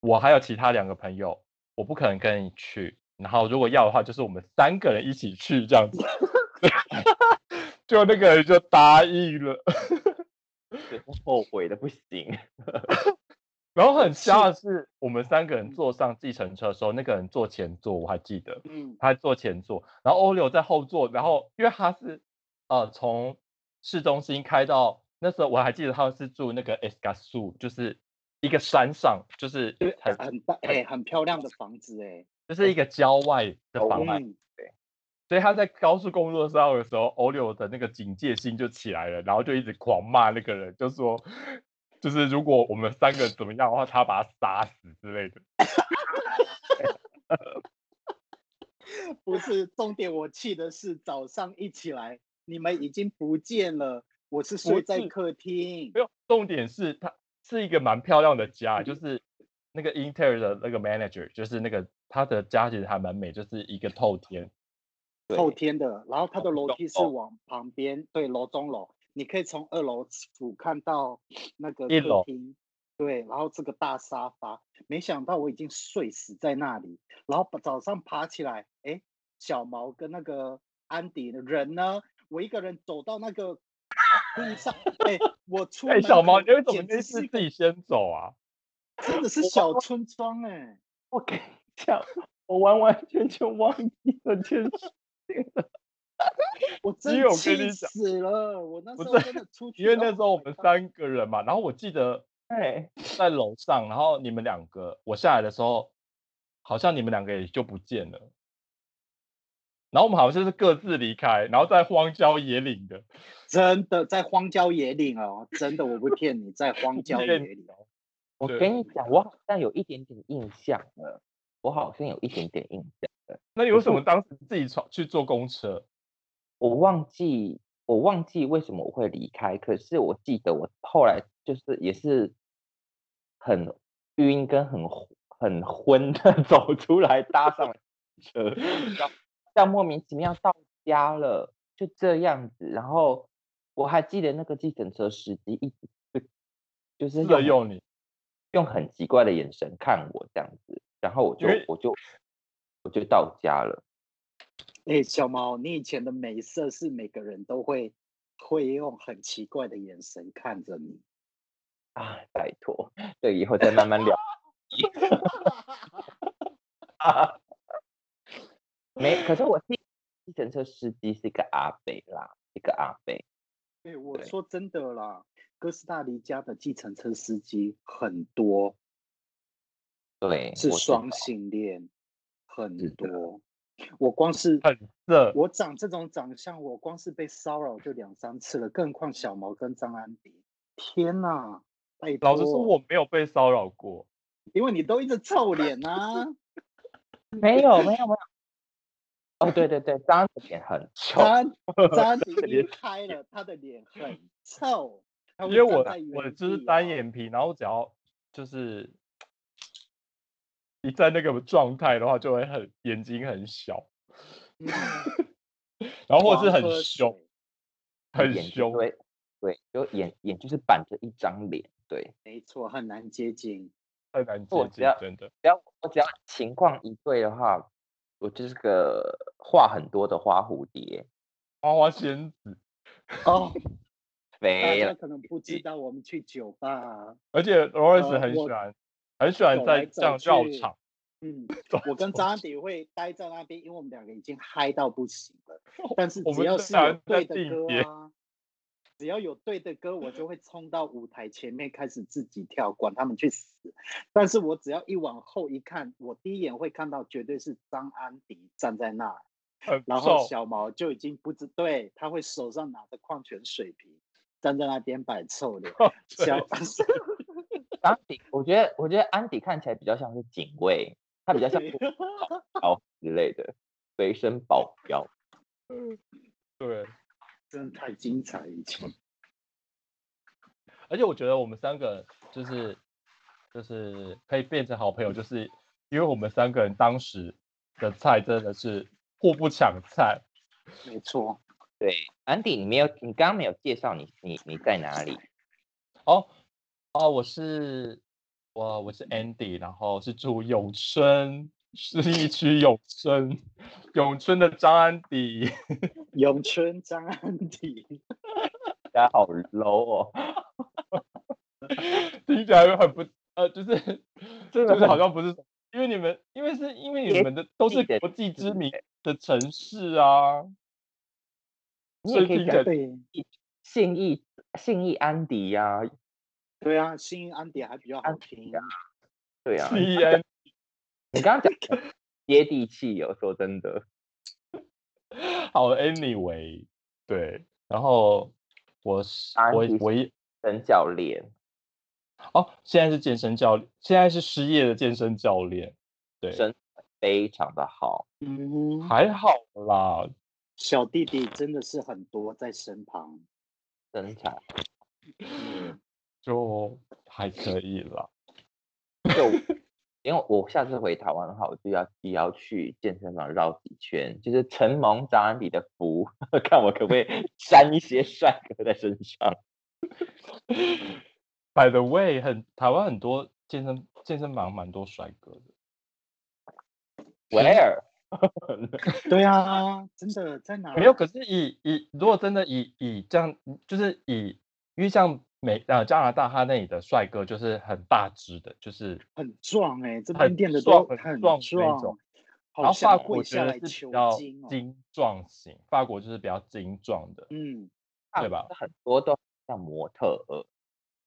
Speaker 4: 我还有其他两个朋友，我不可能跟你去。然后如果要的话，就是我们三个人一起去这样子。 就那个人就答应了，
Speaker 3: 对 后悔的不行。
Speaker 4: 然后很瞎的是，我们三个人坐上计程车的时候，那个人坐前座，我还记得，
Speaker 2: 嗯，
Speaker 4: 他坐前座，然后欧柳在后座，然后因为他是呃从市中心开到那时候我还记得他是住那个 Escasu，就是一个山上，就是很
Speaker 2: 很大哎、很漂亮的房子哎、
Speaker 4: 就是一个郊外的
Speaker 3: 郊
Speaker 4: 房子
Speaker 3: 外，
Speaker 2: 嗯，
Speaker 4: 所以他在高速公路上的时候，欧柳的那个警戒心就起来了，然后就一直狂骂那个人，就说，就是如果我们三个怎么样的话，他把他杀死之类的。
Speaker 2: 不是重点，我气的是早上一起来，你们已经不见了，我是睡在
Speaker 4: 是
Speaker 2: 客厅
Speaker 4: 没，有，重点是他是一个蛮漂亮的家，就是那个 Inter 的那个 manager，就是那个他的家其实还蛮美，就是一个透天。
Speaker 3: 对
Speaker 2: 后天的，然后它的楼梯是
Speaker 3: 楼
Speaker 2: 往旁边，对，楼中楼，你可以从二楼俯瞰到那个
Speaker 4: 一
Speaker 2: 客
Speaker 4: 楼
Speaker 2: 厅，对，然后这个大沙发，没想到我已经睡死在那里，然后早上爬起来，哎，小毛跟那个安迪的人呢，我一个人走到那个地上，哎，我出
Speaker 4: 哎，
Speaker 2: 门
Speaker 4: 小毛，
Speaker 2: 口
Speaker 4: 你为什么
Speaker 2: 简
Speaker 4: 那
Speaker 2: 直
Speaker 4: 次
Speaker 2: 是一
Speaker 4: 自
Speaker 2: 个
Speaker 4: 己先走啊？
Speaker 2: 真的是小村庄哎、
Speaker 3: 我跟你讲，我完完全全忘记了这件事。
Speaker 2: 我
Speaker 4: 因
Speaker 2: 真
Speaker 4: 为我跟
Speaker 2: 气
Speaker 4: 你讲
Speaker 2: 死了，我那
Speaker 4: 不
Speaker 2: 时
Speaker 4: 是
Speaker 2: 候真的出去，
Speaker 4: 因为
Speaker 2: oh
Speaker 4: 那时候我
Speaker 2: my
Speaker 4: 们
Speaker 2: God
Speaker 4: 三个人嘛，然后我记得
Speaker 3: 对，
Speaker 4: 在楼上，然后你们两个，我下来的时候，好像你们两个也就不见了。然后我们好像就是各自离开，然后在荒郊野岭的，
Speaker 2: 真的在荒郊野岭哦，真的我不骗你，在荒郊野
Speaker 4: 骗
Speaker 2: 岭 哦。
Speaker 3: 我
Speaker 4: 对
Speaker 3: 跟你讲，我好像有一点点印象了，我好像有一点点印象，
Speaker 4: 那你为什么当时自己闯去坐公车？
Speaker 3: 我忘记我忘记为什么我会离开，可是我记得我后来就是也是很晕跟很昏很昏的 走出来搭上了车，然后像莫名其妙到家了，就这样子。然后我还记得那个计程车司机一直就就是
Speaker 4: 色
Speaker 3: 用
Speaker 4: 诱你，
Speaker 3: 用很奇怪的眼神看我这样子，然后我就
Speaker 4: 因为
Speaker 3: 我就我就到家了。
Speaker 2: 哎，小毛，你以前的美色是每个人都会会用很奇怪的眼神看着你。
Speaker 3: 啊，拜托，这以后再慢慢聊啊。没，可是我记计程车司机是一个阿北啦，一个阿北，
Speaker 2: 哎，我
Speaker 3: 对
Speaker 2: 说真的啦，哥斯达黎加的计程车司机很多
Speaker 3: 对，
Speaker 2: 是
Speaker 3: 哎我知
Speaker 2: 双
Speaker 3: 道
Speaker 2: 性恋，很
Speaker 3: 是的
Speaker 2: 多。我光是
Speaker 4: 很色，
Speaker 2: 我长这种长相，我光是被骚扰就两三次了，更何况小毛跟张安迪。天哪！拜托，
Speaker 4: 老实说，我没有被骚扰过。
Speaker 2: 因为你都一直臭脸啊，
Speaker 3: 没有没有没有。哦，对对对，张子贤 很臭，
Speaker 2: 渣渣已经开了，他的脸很臭。他会
Speaker 4: 因为
Speaker 2: 站
Speaker 4: 我
Speaker 2: 在原
Speaker 4: 我就是
Speaker 2: 地
Speaker 4: 单
Speaker 2: 哦
Speaker 4: 眼皮，然后只要就是一在那个状态的话，就会很眼睛很小，
Speaker 2: 嗯
Speaker 4: 然后或是
Speaker 2: 狂
Speaker 4: 很
Speaker 2: 喝
Speaker 4: 凶，
Speaker 2: 水
Speaker 4: 很
Speaker 3: 眼睛
Speaker 4: 凶。
Speaker 3: 对对，就眼眼就是板着一张脸，对。
Speaker 2: 没错，很难接近。
Speaker 4: 很难
Speaker 3: 我
Speaker 4: 接
Speaker 3: 只
Speaker 4: 近
Speaker 3: 要，
Speaker 4: 真的。
Speaker 3: 只要我只要情况一对的话，我就是个话很多的花蝴蝶，
Speaker 4: 花花仙子，
Speaker 2: 哦，大
Speaker 3: 飞
Speaker 2: 家
Speaker 3: 了。
Speaker 2: 可能不知道，我们去酒吧、啊，
Speaker 4: 而且 Lawrence
Speaker 2: 呃
Speaker 4: 很喜
Speaker 2: 我
Speaker 4: 欢，很喜欢
Speaker 2: 走
Speaker 4: 在
Speaker 2: 来
Speaker 4: 这样
Speaker 2: 走
Speaker 4: 绕
Speaker 2: 去
Speaker 4: 场。
Speaker 2: 嗯，
Speaker 4: 走
Speaker 2: 我跟
Speaker 4: 走
Speaker 2: 张安迪会待在那边，因为我们两个已经嗨到不行了。但是
Speaker 4: 我
Speaker 2: 只
Speaker 4: 们
Speaker 2: 要
Speaker 4: 自
Speaker 2: 是有
Speaker 4: 然在
Speaker 2: 对
Speaker 4: 地
Speaker 2: 的歌
Speaker 4: 铁
Speaker 2: 啊，只要有对的歌，我 就会冲到舞台前面开始自己跳，管他们去死。但是我只要一往后一看，我第一眼会看到绝对是张安迪站在那儿，
Speaker 4: 很
Speaker 2: 然后
Speaker 4: 臭，。
Speaker 2: 小毛就已经不知对，他会手上拿着矿泉水瓶站在那边摆臭脸
Speaker 4: 哦对
Speaker 2: 小
Speaker 3: 安迪，我觉得我觉得安迪看起来比较像是警卫，他比较 像是保之类的随身保镖。
Speaker 4: 对，
Speaker 2: 真的太精彩了，以前
Speaker 4: 而且我觉得我们三个就是就是可以变成好朋友，就是因为我们三个人当时的菜真的是互不抢菜。
Speaker 2: 没错。
Speaker 3: 对，安迪，你没有，你刚刚没有介绍你你你在哪里？
Speaker 4: 哦哦，我是我我是 Andy，然后是住永春市义区永春，永春的张安迪。
Speaker 2: 咏春张安 迪，
Speaker 3: 大家好 low 哦，
Speaker 4: 听起来很不呃，就是
Speaker 3: 真
Speaker 4: 就
Speaker 3: 的
Speaker 4: 是好
Speaker 3: 很
Speaker 4: 像不是，因为你们因为是因为你
Speaker 3: 接
Speaker 4: 们的都
Speaker 3: 地
Speaker 4: 是
Speaker 3: 的
Speaker 4: 国际知
Speaker 3: 字
Speaker 4: 名
Speaker 3: 哎
Speaker 4: 的城市啊，
Speaker 3: 你
Speaker 4: 所
Speaker 3: 也可以
Speaker 4: 以听起
Speaker 3: 讲
Speaker 4: 来
Speaker 2: 对
Speaker 3: 信义信义安迪呀、
Speaker 2: 对啊，新安迪还比较好
Speaker 3: 安迪
Speaker 2: 听
Speaker 3: 啊。对呀、
Speaker 4: 西安
Speaker 3: 你刚刚讲得很接地气哦，说真的，
Speaker 4: 好，anyway，对，然后我是
Speaker 3: 安
Speaker 4: 我
Speaker 3: 迪
Speaker 4: 我一
Speaker 3: 陈教练。
Speaker 4: 哦，现在是健身教练，现在是失业的健身教练，对，
Speaker 3: 身材非常的好，
Speaker 2: 嗯哼
Speaker 4: 还好啦，
Speaker 2: 小弟弟真的是很多在身旁，
Speaker 3: 身材
Speaker 4: 就还可以啦。
Speaker 3: 就因为我下次回台湾的话，我就要也要去健身房绕几圈，就是承蒙张安迪的福， 看我可不可以沾一些帅哥在身上。
Speaker 4: By the way，很台湾很多健身健身房蛮多帅哥的，
Speaker 3: Where？
Speaker 2: 对啊，真的在哪？
Speaker 4: 没有，可是以以如果真的以以这样，就是以因为像美呃加拿大，他那里的帅哥就是很大只的，就是
Speaker 2: 很壮哎、这
Speaker 4: 很
Speaker 2: 边店的
Speaker 4: 壮
Speaker 2: 都
Speaker 4: 很
Speaker 2: 很
Speaker 4: 壮
Speaker 2: 壮，
Speaker 4: 的那种然
Speaker 2: 好
Speaker 4: 后法
Speaker 2: 想
Speaker 4: 国
Speaker 2: 跪
Speaker 4: 觉
Speaker 2: 下
Speaker 4: 得
Speaker 2: 来
Speaker 4: 是比
Speaker 2: 求
Speaker 4: 较
Speaker 2: 经哦。
Speaker 4: 精壮型，法国就是比较精壮的，
Speaker 2: 嗯
Speaker 4: 对吧？
Speaker 3: 啊很多都像模特儿，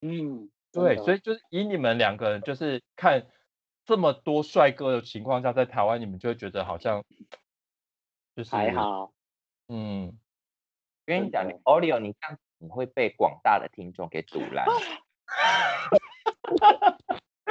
Speaker 2: 嗯，
Speaker 4: 对，所
Speaker 2: 以
Speaker 4: 以就是以你们两个人，就是看这么多帅哥的情况下，在台湾你们就会觉得好像就是
Speaker 2: 还，好，
Speaker 4: 嗯，
Speaker 3: 我跟你
Speaker 2: 真
Speaker 3: 讲
Speaker 2: 的
Speaker 3: ，Oreo，你这样你会被广大的听众给阻拦。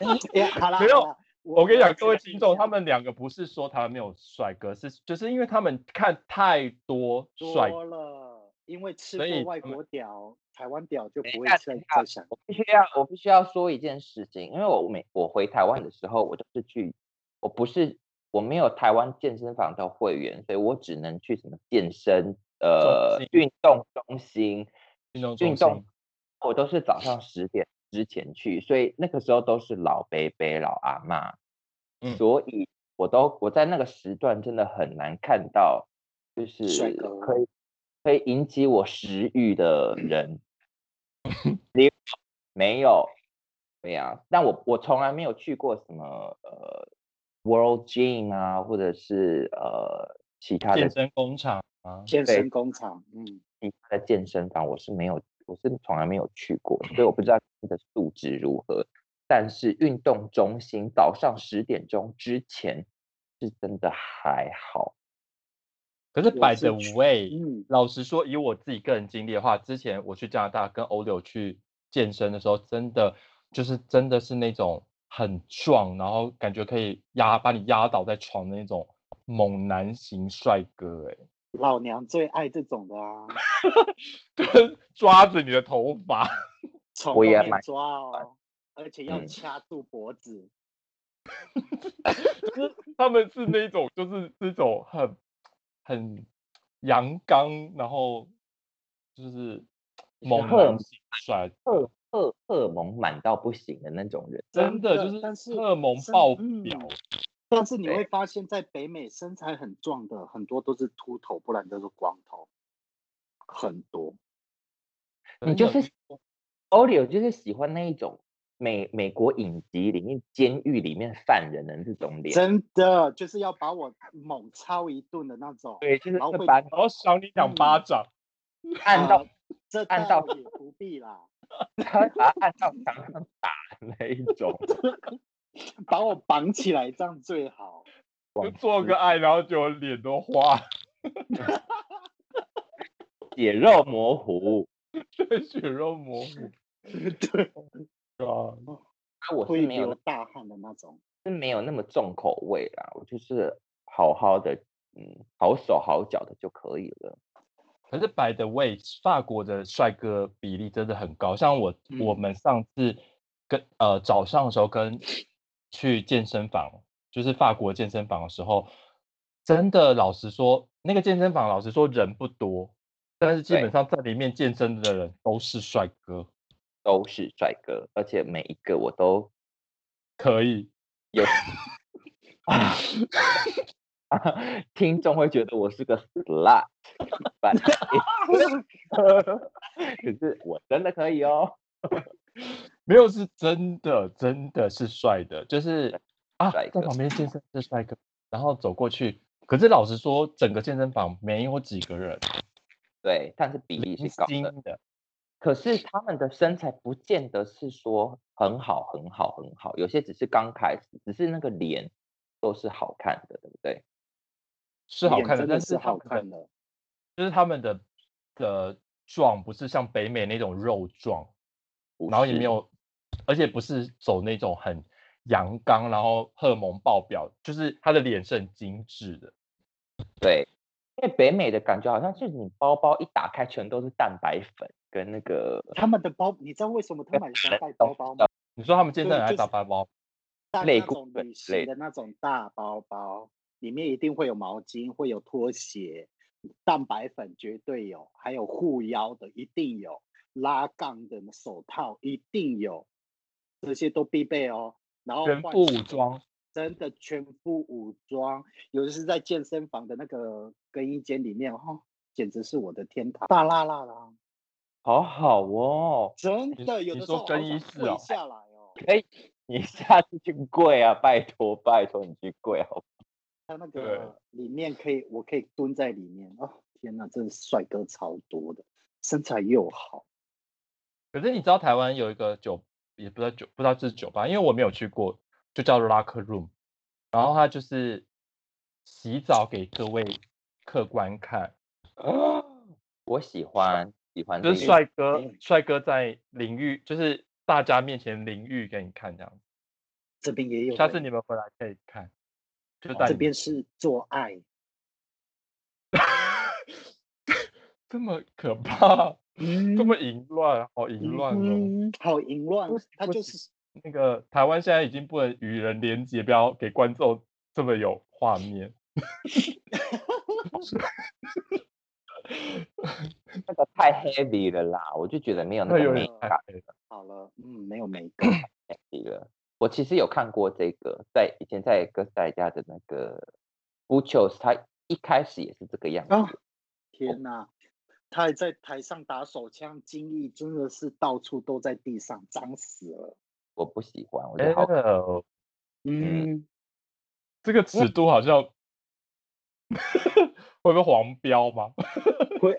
Speaker 2: 哎呀，好啦，
Speaker 4: 没有
Speaker 2: 好啦，
Speaker 4: 我跟你讲，
Speaker 2: 要
Speaker 4: 各位
Speaker 2: 确认
Speaker 4: 听
Speaker 2: 一
Speaker 4: 众，
Speaker 2: 下
Speaker 4: 他们两个不是说台湾没有帅哥，是就是因为他们看太多帅
Speaker 2: 多
Speaker 4: 哥
Speaker 2: 了，因为吃
Speaker 4: 所以
Speaker 2: 过外
Speaker 4: 他们
Speaker 2: 国屌，台湾屌就
Speaker 3: 等
Speaker 2: 不
Speaker 3: 一
Speaker 2: 会
Speaker 3: 下
Speaker 2: 再
Speaker 3: 等一下
Speaker 2: 再想。
Speaker 3: 我必须要，我必须要说一件事情，因为我每我回台湾的时候，我就是去，我不是我没有台湾健身房的会员，所以我只能去什么健身呃
Speaker 4: 心
Speaker 3: 运动中心，
Speaker 4: 运动中
Speaker 3: 运动
Speaker 4: 心，
Speaker 3: 我都是早上十点之前去，所以那个时候都是老伯伯、老阿妈，
Speaker 4: 嗯
Speaker 3: 所以我都我在那个时段真的很难看到，就是
Speaker 2: 帅哥
Speaker 3: 可以可以引起我食欲的 人，你没有，对呀、但我我从来没有去过什么呃 World Gym 啊，或者是呃其他的
Speaker 4: 健身工厂啊，
Speaker 2: 健
Speaker 3: 对
Speaker 2: 身工厂，嗯，
Speaker 3: 其他的健身房我是没有，我是从来没有去过，所以我不知道它的素质如何。但是运动中心早上十点钟之前是真的还好，
Speaker 4: 可是
Speaker 2: 我
Speaker 4: 摆
Speaker 2: 是
Speaker 4: 的
Speaker 2: 去
Speaker 4: way，
Speaker 2: 嗯，
Speaker 4: 老实说，以我自己个人经历的话，之前我去加拿大跟欧柳去健身的时候，真的就是真的是那种很壮，然后感觉可以压把你压倒在床的那种猛男型帅哥、欸，哎，
Speaker 2: 老娘最爱这种的啊，
Speaker 4: 跟抓着你的头发，
Speaker 2: 从后
Speaker 3: 我也
Speaker 2: 面
Speaker 3: 蛮
Speaker 2: 抓哦，而且要
Speaker 3: 嗯
Speaker 2: 掐住脖子，
Speaker 4: 他们是那种就是那种很很阳刚，然后就是
Speaker 3: 是
Speaker 4: 猛
Speaker 3: 荷尔
Speaker 4: 男
Speaker 3: 蒙
Speaker 4: 型帅哥，
Speaker 3: 荷荷荷尔蒙满到不行的那种人，
Speaker 4: 真的
Speaker 2: 真
Speaker 4: 就
Speaker 2: 的但
Speaker 4: 是
Speaker 2: 是
Speaker 4: 荷尔蒙
Speaker 2: 真
Speaker 4: 爆
Speaker 2: 嗯
Speaker 4: 表，
Speaker 2: 但是你
Speaker 3: 对
Speaker 2: 会发现在北美身材很壮的很多都是秃头，不然都是光头，很多。
Speaker 3: 你
Speaker 4: 真
Speaker 3: 就
Speaker 4: 的
Speaker 3: 是 Oreo 就是喜欢那一种美美国影集里面监狱里面犯人的这种脸，
Speaker 2: 真的就是要把我猛操一顿的那种。
Speaker 3: 对，就是
Speaker 2: 然后
Speaker 3: 会
Speaker 2: 会
Speaker 3: 把你
Speaker 4: 然后赏你两巴
Speaker 3: 嗯
Speaker 4: 掌，
Speaker 3: 按到
Speaker 2: 呃这
Speaker 3: 按
Speaker 2: 倒
Speaker 3: 到
Speaker 2: 也不必啦，
Speaker 3: 他会把他按到墙上打的那一种，
Speaker 2: 把我绑起来这样最好。
Speaker 4: 就做个爱，然后就脸都花，
Speaker 3: 血肉模糊。
Speaker 4: 血肉模糊，
Speaker 2: 对，
Speaker 4: 对吧？
Speaker 3: 啊，我
Speaker 2: 会
Speaker 3: 是没有
Speaker 2: 流大汗的那种。
Speaker 3: 是没有那么重口味啦，我就是好好的，嗯，好手好脚的就可以了。
Speaker 4: 可是 by the way，法国的帅哥比例真的很高。像我、我
Speaker 2: 嗯
Speaker 4: 们上次跟呃早上的时候跟去健身房，就是法国健身房的时候，真的老实说，那个健身房老实说人不多，但是基
Speaker 3: 对
Speaker 4: 本上在里面健身的人都是帅哥，
Speaker 3: 都是帅哥，而且每一个我都
Speaker 4: 可以。
Speaker 3: 有啊。听众会觉得我是个 slut，but it's- 可是我真的可以哦。
Speaker 4: 没有，是真的，真的是帅的， 就是啊，
Speaker 3: 帅
Speaker 4: 在
Speaker 3: 哥
Speaker 4: 旁边健身是帅哥，然后走过去。可是老实说，整个健身房没有几个人，
Speaker 3: 对，但是比例
Speaker 4: 零
Speaker 3: 是高
Speaker 4: 星
Speaker 3: 的。
Speaker 4: 的，
Speaker 3: 可是他们的身材不见得是说很好、很好、很好，有些只是刚开始，只是那个脸都是好看的，对不对？
Speaker 4: 是好
Speaker 2: 脸
Speaker 4: 看的，
Speaker 2: 真
Speaker 4: 但
Speaker 2: 的
Speaker 4: 是
Speaker 2: 是
Speaker 4: 他
Speaker 2: 好
Speaker 4: 们的
Speaker 2: 看的。
Speaker 4: 就是他们的的壮不是像北美那种肉壮，
Speaker 3: 不
Speaker 4: 然后也
Speaker 3: 是
Speaker 4: 没有，而且不是走那种很阳刚，然后荷尔蒙爆表，就是他的脸是很精致的。
Speaker 3: 对，因为北美的感觉好像是你包包一打开全都是蛋白粉跟那个
Speaker 2: 他们的包，你知道为什么他们 喜欢
Speaker 4: 哦
Speaker 2: 带包包吗
Speaker 3: 对？
Speaker 4: 你说他们健身
Speaker 2: 对
Speaker 4: 人还
Speaker 2: 就
Speaker 4: 打
Speaker 2: 是
Speaker 4: 包包，
Speaker 2: 带
Speaker 3: 类
Speaker 2: 那
Speaker 3: 固
Speaker 2: 种
Speaker 3: 醇
Speaker 2: 旅
Speaker 3: 类
Speaker 2: 行的那种大包包，里面一定会有毛巾，会有拖鞋，蛋白粉绝对有，还有护腰的一定有，拉杠的手套一定有，这些都必备哦。然后
Speaker 4: 全
Speaker 2: 换
Speaker 4: 副
Speaker 2: 洗
Speaker 4: 武装，
Speaker 2: 真的全副武装，尤其是在健身房的那个更衣间里面，哦，简直是我的天堂，大辣辣的啊，
Speaker 3: 好好哦，
Speaker 2: 真
Speaker 4: 你
Speaker 2: 的有
Speaker 4: 你
Speaker 2: 的时
Speaker 4: 说
Speaker 2: 候好
Speaker 4: 更衣
Speaker 2: 想
Speaker 4: 室
Speaker 2: 跪
Speaker 4: 哦
Speaker 2: 下来哦，
Speaker 3: 你下次去跪啊，拜托拜托你去跪好不好
Speaker 2: 它那
Speaker 4: 对
Speaker 2: 个里面可以，我可以蹲在里面哦，天哪，真的帅哥超多的，身材又好，
Speaker 4: 可是你知道台湾有一个酒，也不知道酒，不知道这是酒吧，因为我没有去过，就叫 Locker Room，然后它就是洗澡给各位客官看，
Speaker 3: 啊我喜欢喜欢这
Speaker 4: 就是
Speaker 3: 个
Speaker 4: 帅哥
Speaker 2: 嗯
Speaker 4: 帅哥在淋浴，就是大家面前淋浴给你看这样子。
Speaker 2: 这边也有
Speaker 4: 下
Speaker 2: 的，
Speaker 4: 次你们回来可以看，就
Speaker 3: 哦
Speaker 4: 带
Speaker 2: 这
Speaker 4: 你
Speaker 2: 边是做爱，
Speaker 4: 这么可怕，
Speaker 2: 嗯
Speaker 4: 这么淫乱，好淫乱哦。
Speaker 2: 嗯哼好淫乱
Speaker 4: 不，
Speaker 2: 他
Speaker 4: 不
Speaker 2: 就是
Speaker 4: 那个台湾现在已经不能与人连结，不要给观众这么有画面。
Speaker 3: 那个太 heavy 了啦，我就觉得没有那
Speaker 4: 那有
Speaker 3: 个
Speaker 4: 点
Speaker 3: 美
Speaker 2: 那
Speaker 4: 太
Speaker 3: 感
Speaker 4: 黑了
Speaker 2: 好了，嗯，没有美感。
Speaker 3: 了。我其实有看过这个，在以前在哥斯达黎加的那个 Buchos，他一开始也是这个样子。
Speaker 4: 哦
Speaker 2: 啊！天哪，他还在台上打手枪，精力真的是到处都在地上，脏死了。
Speaker 3: 我不喜欢，
Speaker 4: 哎
Speaker 3: 我觉得好可
Speaker 4: ，L
Speaker 2: 哦嗯，
Speaker 4: 这个尺度好像 会不会黄标吗？
Speaker 2: 会，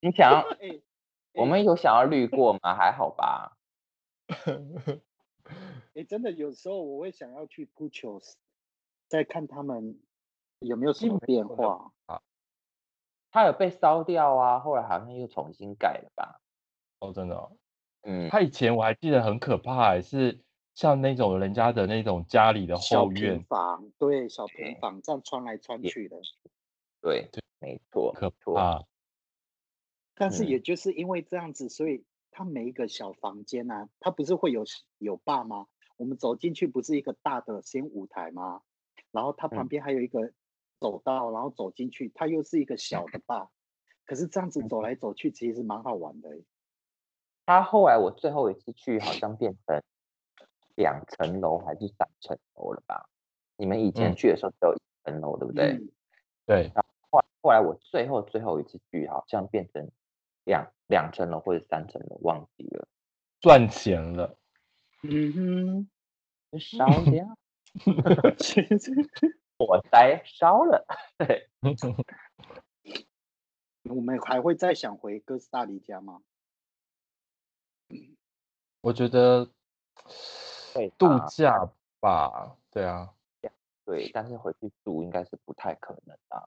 Speaker 3: 你想 要
Speaker 2: 哎
Speaker 3: 我们有想要滤过吗？还好吧。
Speaker 2: 哎，真的有时候我会想要去扑球，再看他们有没有什
Speaker 4: 你
Speaker 2: 么
Speaker 4: 没
Speaker 2: 变
Speaker 4: 有
Speaker 2: 化。
Speaker 3: 它有被烧掉啊，后来好像又重新盖了吧？
Speaker 4: 哦，真的、哦，
Speaker 3: 嗯，
Speaker 4: 他以前我还记得很可怕、欸，是像那种人家的那种家里的
Speaker 2: 小
Speaker 4: 后
Speaker 2: 平
Speaker 4: 院，
Speaker 2: 房，对，小平
Speaker 3: 对
Speaker 2: 房这样穿来穿
Speaker 3: 也
Speaker 2: 去的。
Speaker 3: 对，没错，
Speaker 4: 可
Speaker 3: 没错，
Speaker 4: 怕。
Speaker 2: 但是
Speaker 3: 嗯
Speaker 2: 也就是因为这样子，所以它每一个小房间啊，它不是会有有坝吗？我们走进去不是一个大的先舞台吗？然后它旁
Speaker 4: 嗯
Speaker 2: 边还有一个走道，然后走进去，它又是一个小的坝。可是这样子
Speaker 4: 嗯
Speaker 2: 走来走去，其实蛮好玩的欸。
Speaker 3: 他后来我最后一次去，好像变成两层楼还是三层楼了吧？你们以前
Speaker 4: 嗯
Speaker 3: 去的时候只有一层楼，对不对？
Speaker 2: 嗯，
Speaker 4: 对，
Speaker 3: 后来后来我最后最后一次去，好像变成两两层楼或者三层楼，忘记了，
Speaker 4: 赚钱 了，
Speaker 2: 嗯
Speaker 3: 烧 掉
Speaker 2: 哼，其实
Speaker 3: 火灾烧了，
Speaker 2: 我们还会再想回哥斯达黎加吗？
Speaker 4: 我觉得
Speaker 3: 会
Speaker 4: 度
Speaker 3: 吧
Speaker 4: 假吧，对啊，
Speaker 3: 对，但是回去住应该是不太可能啊。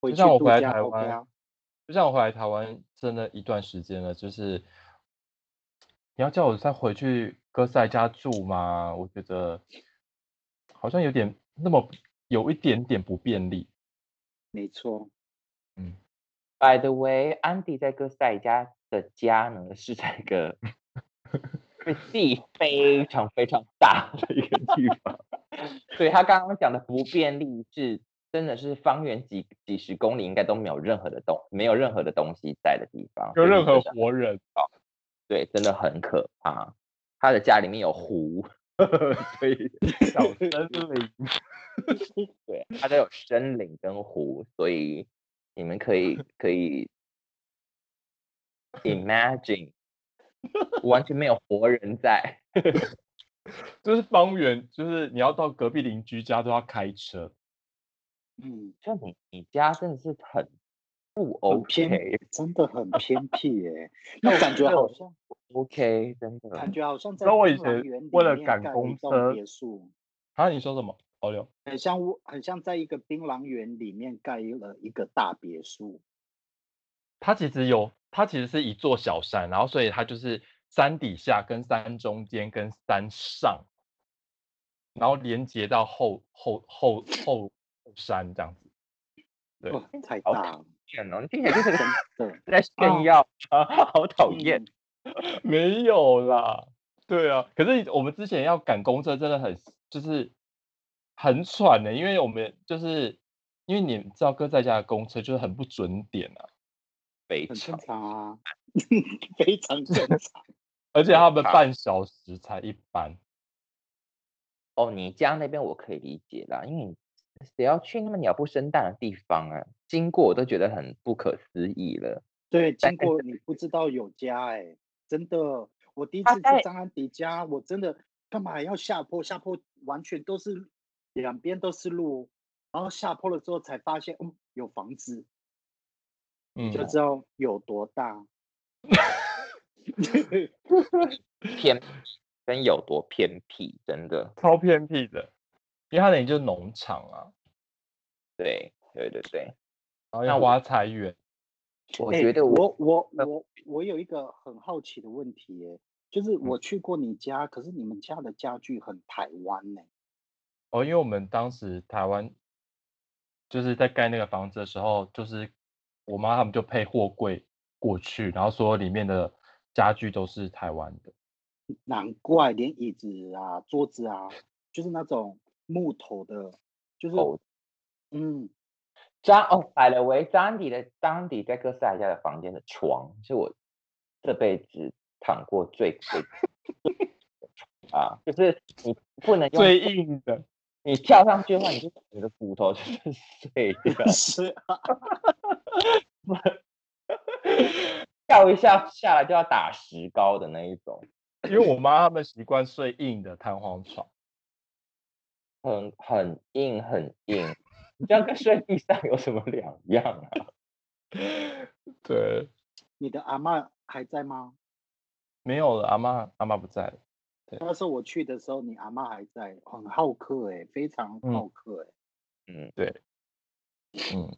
Speaker 2: 回
Speaker 4: 就
Speaker 2: 去
Speaker 4: 像我
Speaker 2: 度
Speaker 4: 回来
Speaker 2: 假
Speaker 4: 台
Speaker 2: OK 啊
Speaker 4: 湾，就像我回来台湾真的一段时间了，就是你要叫我再回去哥斯达黎加住吗？我觉得好像有点那么有一点点不便利。
Speaker 2: 没错，
Speaker 3: By the way，安迪在哥斯达黎加的家呢是在一 个地非常非常大的一个地方，所以他刚刚讲的不便利是真的是方圆几几十公里应该都没有任何的东没有任何的东西在的地方，
Speaker 4: 有
Speaker 3: 所以
Speaker 4: 任何
Speaker 3: 真的
Speaker 4: 活 人，
Speaker 3: 对真的很可怕。他的家里面有湖，所以
Speaker 4: 小森林，
Speaker 3: 对，它都有森林跟湖，所以你们可以可以 imagine 完全没有活人在，
Speaker 4: 就是方圆，就是你要到隔壁邻居家都要开车，
Speaker 2: 嗯，
Speaker 3: 就你你家真的是很不
Speaker 2: 很
Speaker 3: OK
Speaker 2: 偏，真的 很偏僻耶。那感觉好像。
Speaker 3: OK，真的
Speaker 2: 感觉好像在
Speaker 4: 知道我以
Speaker 2: 怦然
Speaker 4: 前
Speaker 2: 园里
Speaker 4: 为了
Speaker 2: 面
Speaker 4: 赶
Speaker 2: 盖了一
Speaker 4: 公
Speaker 2: 栋
Speaker 4: 车
Speaker 2: 别墅，
Speaker 4: 啊，你说什么？保留
Speaker 2: 很像我很像在一个槟榔园里面盖了一个大别墅。
Speaker 4: 它其实有，它其实是一座小山，然后所以它就是山底下跟山中间跟山上，然后连接到后后后后后山这样子。 对
Speaker 2: 哇，太
Speaker 3: 好
Speaker 2: 大了，
Speaker 3: 厌哦，你听起来就是个
Speaker 2: 真的。
Speaker 3: 在
Speaker 2: 哦
Speaker 3: 炫耀，好讨厌。
Speaker 2: 嗯
Speaker 4: 没有啦，对啊，可是我们之前要赶公车真的很就是很喘欸的、因为我们就是因为你知道哥在家的公车就是很不准点啊，
Speaker 3: 非
Speaker 2: 很正
Speaker 3: 常
Speaker 2: 常啊， 非常正常。
Speaker 4: 而且他们
Speaker 3: 好
Speaker 4: 半小时才一班，
Speaker 3: 哦，你家那边我可以理解啦，因为你谁要去那么鸟不生蛋的地方啊？经过我都觉得很不可思议了。
Speaker 2: 对，
Speaker 3: 但
Speaker 2: 经过你不知道有家哎、真的，我第一
Speaker 3: 他
Speaker 2: 次
Speaker 3: 在
Speaker 2: 去张安迪家，我真的干嘛要下坡？下坡完全都是两边都是路，然后下坡了之后才发现，嗯，有房子，
Speaker 4: 嗯，
Speaker 2: 就知道有多大。
Speaker 3: 偏僻跟有多偏僻，真的，
Speaker 4: 超偏僻的，因为它等于就是农场啊，
Speaker 3: 对对对对，
Speaker 4: 然后
Speaker 3: 那
Speaker 4: 要
Speaker 3: 我
Speaker 4: 挖菜园，
Speaker 3: 我
Speaker 2: 哎
Speaker 3: 觉得我
Speaker 2: 我我
Speaker 3: 呃
Speaker 2: 我我有一个很好奇的问题耶，
Speaker 3: 嗯
Speaker 2: 就是我去过你家，可是你们家的家具很台湾呢。
Speaker 4: 哦，因为我们当时台湾就是在盖那个房子的时候，就是我妈他们就配货柜过去，然后所有里面的家具都是台湾的。
Speaker 2: 难怪连椅子啊、桌子啊，就是那种木头的，就是
Speaker 3: 哦
Speaker 2: 嗯，，
Speaker 3: 张哦，by the way，张迪的张迪在哥斯达黎加的房间的床是我这辈子躺过最最啊，就是你不能用
Speaker 4: 最硬的，
Speaker 3: 你跳上去的话，你就你的骨头就是 碎掉
Speaker 2: 是啊，
Speaker 3: 跳一下下来就要打石膏的那一种，
Speaker 4: 因为我妈他们习惯睡硬的弹簧床，
Speaker 3: 很很硬很硬， 你这样跟睡地上有什么两样啊？
Speaker 4: 对，
Speaker 2: 你的阿嬷还在吗？
Speaker 4: 没有了，阿妈阿妈不在了，
Speaker 2: 那时候我去的时候，你阿嬷还在，很好客哎，非常
Speaker 4: 嗯
Speaker 2: 好客哎。
Speaker 3: 嗯，
Speaker 4: 嗯，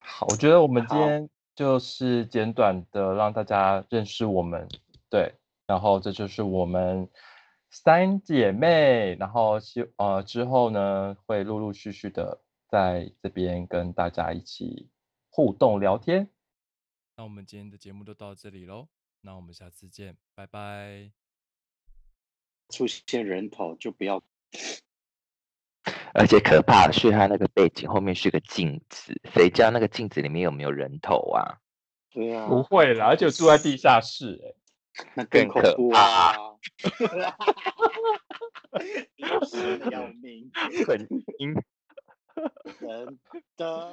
Speaker 4: 好，我觉得我们今
Speaker 2: 好
Speaker 4: 天就是简短的让大家认识我们，对，然后这就是我们三姐妹，然后希呃之后呢会陆陆续续的在这边跟大家一起互动聊天，
Speaker 1: 那我们今天的节目就到这里喽，那我们下次见，拜拜。
Speaker 2: 出现人头就不要
Speaker 3: 而且可怕的是，它那个背景后面是个镜子，谁知道那个镜子里面有没有人头啊？
Speaker 2: 对啊，
Speaker 4: 不会啦，而且我住在地下室、欸，
Speaker 2: 那更
Speaker 3: 哦更
Speaker 2: 恐
Speaker 3: 可
Speaker 2: 怖啊！ 要命，
Speaker 3: 很阴
Speaker 2: 真的。